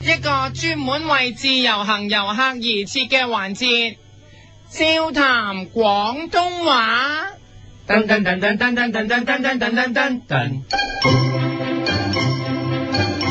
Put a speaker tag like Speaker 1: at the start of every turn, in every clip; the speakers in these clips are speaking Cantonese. Speaker 1: 一個專門為自由行遊客而設嘅環節，笑談廣東話。
Speaker 2: 噔噔噔噔噔噔噔噔噔噔噔噔噔。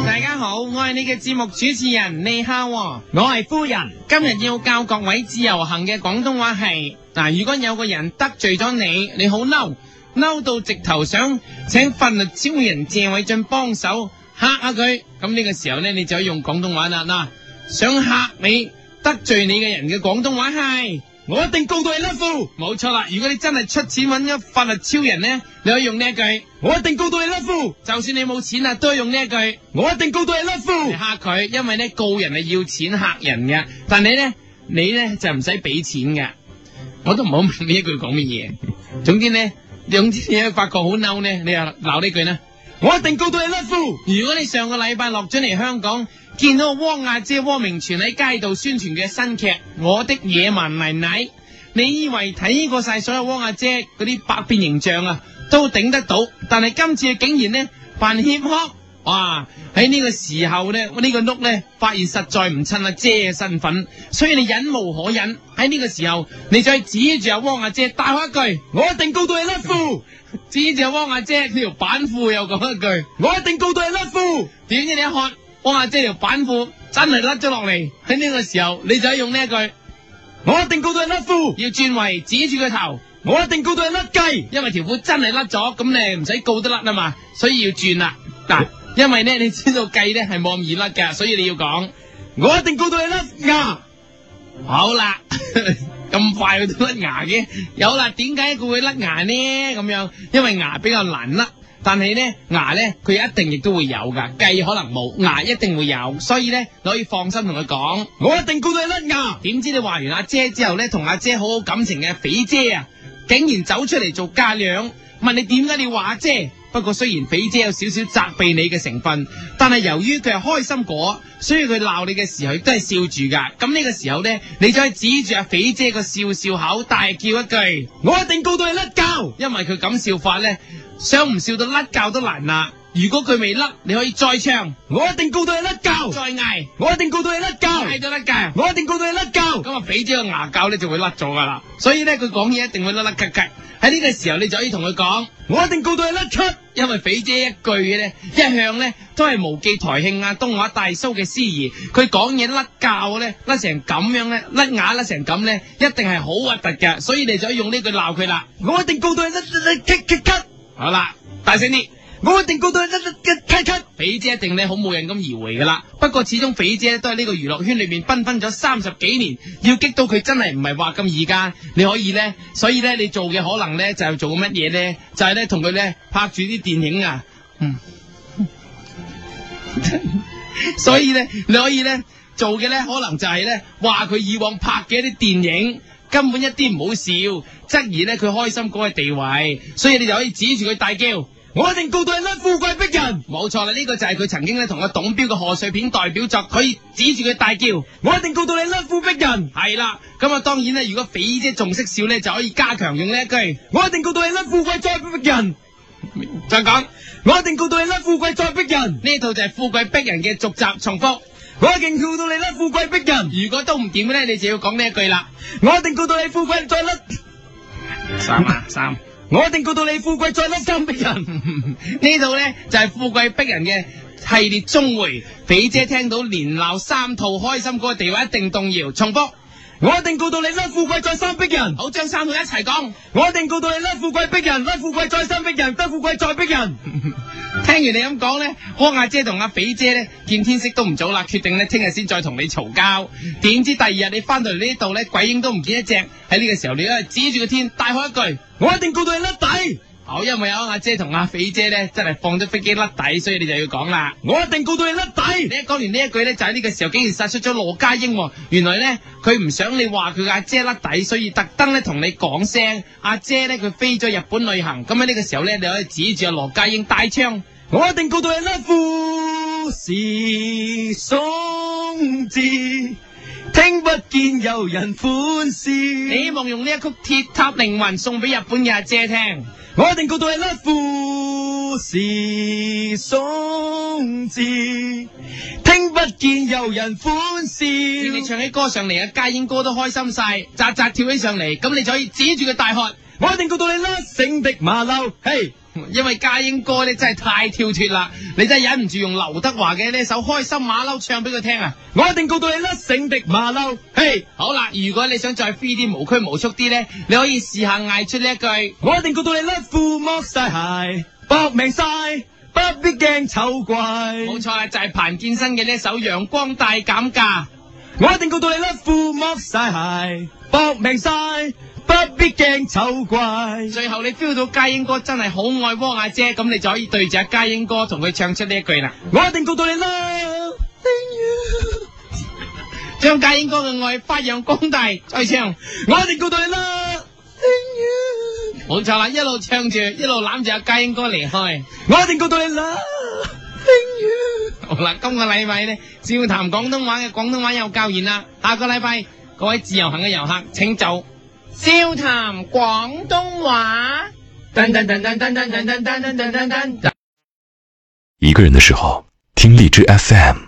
Speaker 1: 大家好，我係你嘅節目主持人李孝、
Speaker 2: 我係夫人，
Speaker 1: 今日要教各位自由行嘅廣東話係嗱，如果有個人得罪咗你，你好嬲，嬲到直頭想請法律超人謝偉俊幫手嚇下佢，咁呢個時候呢，你就可以用廣東話啦嗱，想嚇你得罪你嘅人嘅廣東話係。我一定告到你甩褲，冇錯啦！如果你真係出錢揾咗法律超人呢，你可以用呢一句，我一定告到你甩褲。就算你冇錢啊，都係用呢一句，我一定告到你甩褲。你嚇佢，因為咧告人係要錢嚇人嘅，但你咧你咧就唔使俾錢嘅。我都唔好問呢一句講乜嘢。總之咧，總之你發覺好嬲咧，你又鬧呢句咧，我一定告到你甩褲。如果你上個禮拜落咗嚟香港，見到汪亞姐、汪明荃喺街度宣傳嘅新劇《我的野蠻奶奶》，你以為睇過晒所有汪亞姐嗰啲百變形象啊，都頂得到，但係今次竟然呢，扮協哭。哇！喺呢個時候咧，呢、個碌咧，發現實在唔襯阿姐嘅身份，所以你忍無可忍。喺呢個時候，你再指住阿汪阿姐大喝一句：我一定告到你甩褲！指住阿汪阿姐條板褲又講一句：我一定告到你甩褲！點知你一喝，汪阿姐條板褲真係甩咗落嚟。喺呢個時候，你就可以用呢一句。我一定告到你甩褲，要轉為指住個頭。我一定告到你甩雞，因為條褲真係甩咗，咁你唔使告都甩啊嘛，所以要轉啦。嗱，因為咧你知道計咧係冇咁易甩噶，所以你要講，我一定告到你甩牙。好啦， 咁快佢都甩牙嘅，有啦。點解佢會甩牙呢？咁樣，因為牙比較難甩。但係咧，牙咧佢一定亦都會有㗎，計可能冇，牙一定會有，所以咧你可以放心同佢講，我一定告到你甩牙。點知你話完阿姐之後咧，同阿姐好好感情嘅肥姐啊，竟然走出嚟做嫁娘，問你點解你話阿姐？不過雖然肥姐有少少責備你嘅成分，但係由於佢係開心果，所以佢鬧你嘅時候亦都係笑住㗎。咁呢個時候呢，你就可以指住阿肥姐個笑笑口，大叫一句：我一定告到你甩教！因為佢咁笑法呢，想唔笑到甩教都難啦。如果佢未甩，你可以再唱，我一定告到你甩教！再嗌，我一定告到你甩教！嗌到甩教！我一定告到你甩教！咁啊，肥姐個牙膠咧就會甩咗㗎啦。所以咧，佢講嘢一定會甩甩咳咳。喺呢個時候，你就可以同佢講，我一定告到你甩出，因為肥姐一句咧，一向咧都係無記台慶啊、東華大騷嘅司儀，佢講嘢甩教咧，甩成咁樣咧，甩牙甩成咁咧，一定係好核突㗎。所以你就可以用呢句鬧佢啦，我一定告到你甩甩咳咳咳。好啦，大聲啲。我一定告到你甩甩咳咳，肥姐一定咧好冇癮咁而回噶啦。不過始終肥姐都喺呢個娛樂圈裏面繽紛咗三十幾年，要激到佢真係唔係話咁易噶。你可以咧，所以咧你做嘅可能咧就係做乜嘢咧，就係咧同佢咧拍住啲電影啊。嗯， 所以咧你可以咧做嘅咧可能就係咧話佢以往拍嘅一啲電影。根本一啲唔好笑，質疑咧佢開心果嘅地位，所以你就可以指住佢大叫。我一定告到你甩富貴逼人，冇錯啦！呢、個就係佢曾經咧同阿董彪嘅賀歲片代表作，可以指住佢大叫：我一定告到你甩富逼人！係啦，咁啊當然咧，如果肥姐仲識笑咧，就可以加強用呢一句：我一定告到你甩富貴再逼人。再講，我一定告到你甩富貴再逼人。呢套就係富貴逼人嘅續集重複。我一定告到你甩富貴逼人。如果都唔掂咧，你就要講呢一句啦。我一定告到你富貴再甩。三啊 三。我一定告到你富貴再甩金逼人。呢度咧就係、富貴逼人嘅系列中回。肥姐聽到連鬧三套開心歌嘅地位一定動搖。重複。我一定告到你甩富貴再三逼人，好將三套一齊講。我一定告到你甩富貴逼人，甩富貴再三逼人，甩富貴再逼人。聽完你咁講咧，汪亞姐同阿肥姐咧見天色都唔早啦，決定咧聽日先再同你嘈交。點知第二日你翻到嚟呢度咧，鬼影都唔見一隻。喺呢個時候，你都係指住個天大喝一句：我一定告到你甩底！好，因為有阿姐同阿肥姐咧，真係放咗飛機甩底，所以你就要講啦。我一定告到你甩底！你一講完呢一句咧，就喺呢個時候竟然殺出咗羅家英、喎。原來咧，佢唔想你話佢阿姐甩底，所以特登咧同你講聲，阿姐咧佢飛咗日本旅行。咁喺呢個時候咧，你可以指住阿羅家英大槍。我一定告到你甩富是松枝。
Speaker 3: 听不见有人欢笑。
Speaker 1: 你希望用呢一曲《鐵塔凌雲》送俾日本嘅阿姐聽。
Speaker 3: 我一定告到你啦，富士松枝，听不见有人欢笑。
Speaker 1: 見你唱起歌上嚟嘅家燕哥都開心晒，扎扎跳起上嚟，咁你就可以指住佢大喝，
Speaker 3: 我一定告到你啦，醒的馬骝，嘿，
Speaker 1: 因為家英哥咧真係太跳脱啦，你真係忍唔住用劉德華嘅呢首《開心馬騮》唱俾佢聽啊！
Speaker 3: 我一定告到你啦，醒的馬骝，嘿，
Speaker 1: 好啦，如果你想再 free 啲、無拘無束啲咧，你可以試下嗌出呢一句。
Speaker 3: 我一定告到你啦，褲剝晒鞋，搏命晒，不必驚醜怪。
Speaker 1: 冇錯啊，就係彭健新嘅呢一首《陽光大減價》。
Speaker 3: 我一定告到你啦，褲剝晒鞋，搏命晒，不必驚醜怪。
Speaker 1: 最後你 feel 到家英哥真係好愛窩阿姐，咁你就可以對住阿家英哥同佢唱出呢一句啦。
Speaker 3: 我一定告到你啦，Thank you。
Speaker 1: 將家英哥嘅愛發揚光大，再唱。
Speaker 3: 我一定告到你啦，Thank you。
Speaker 1: 冇錯啦，一路唱住，一路攬住阿家英哥離開。
Speaker 3: 我一定告到你啦，Thank
Speaker 1: 好啦，今個禮拜呢，笑談廣東話嘅廣東話又教完啦。下個禮拜，各位自由行嘅遊客，請就笑談廣東話。
Speaker 2: 噔噔噔噔噔噔噔噔噔噔噔噔。
Speaker 4: 一个人的时候，听荔枝 FM。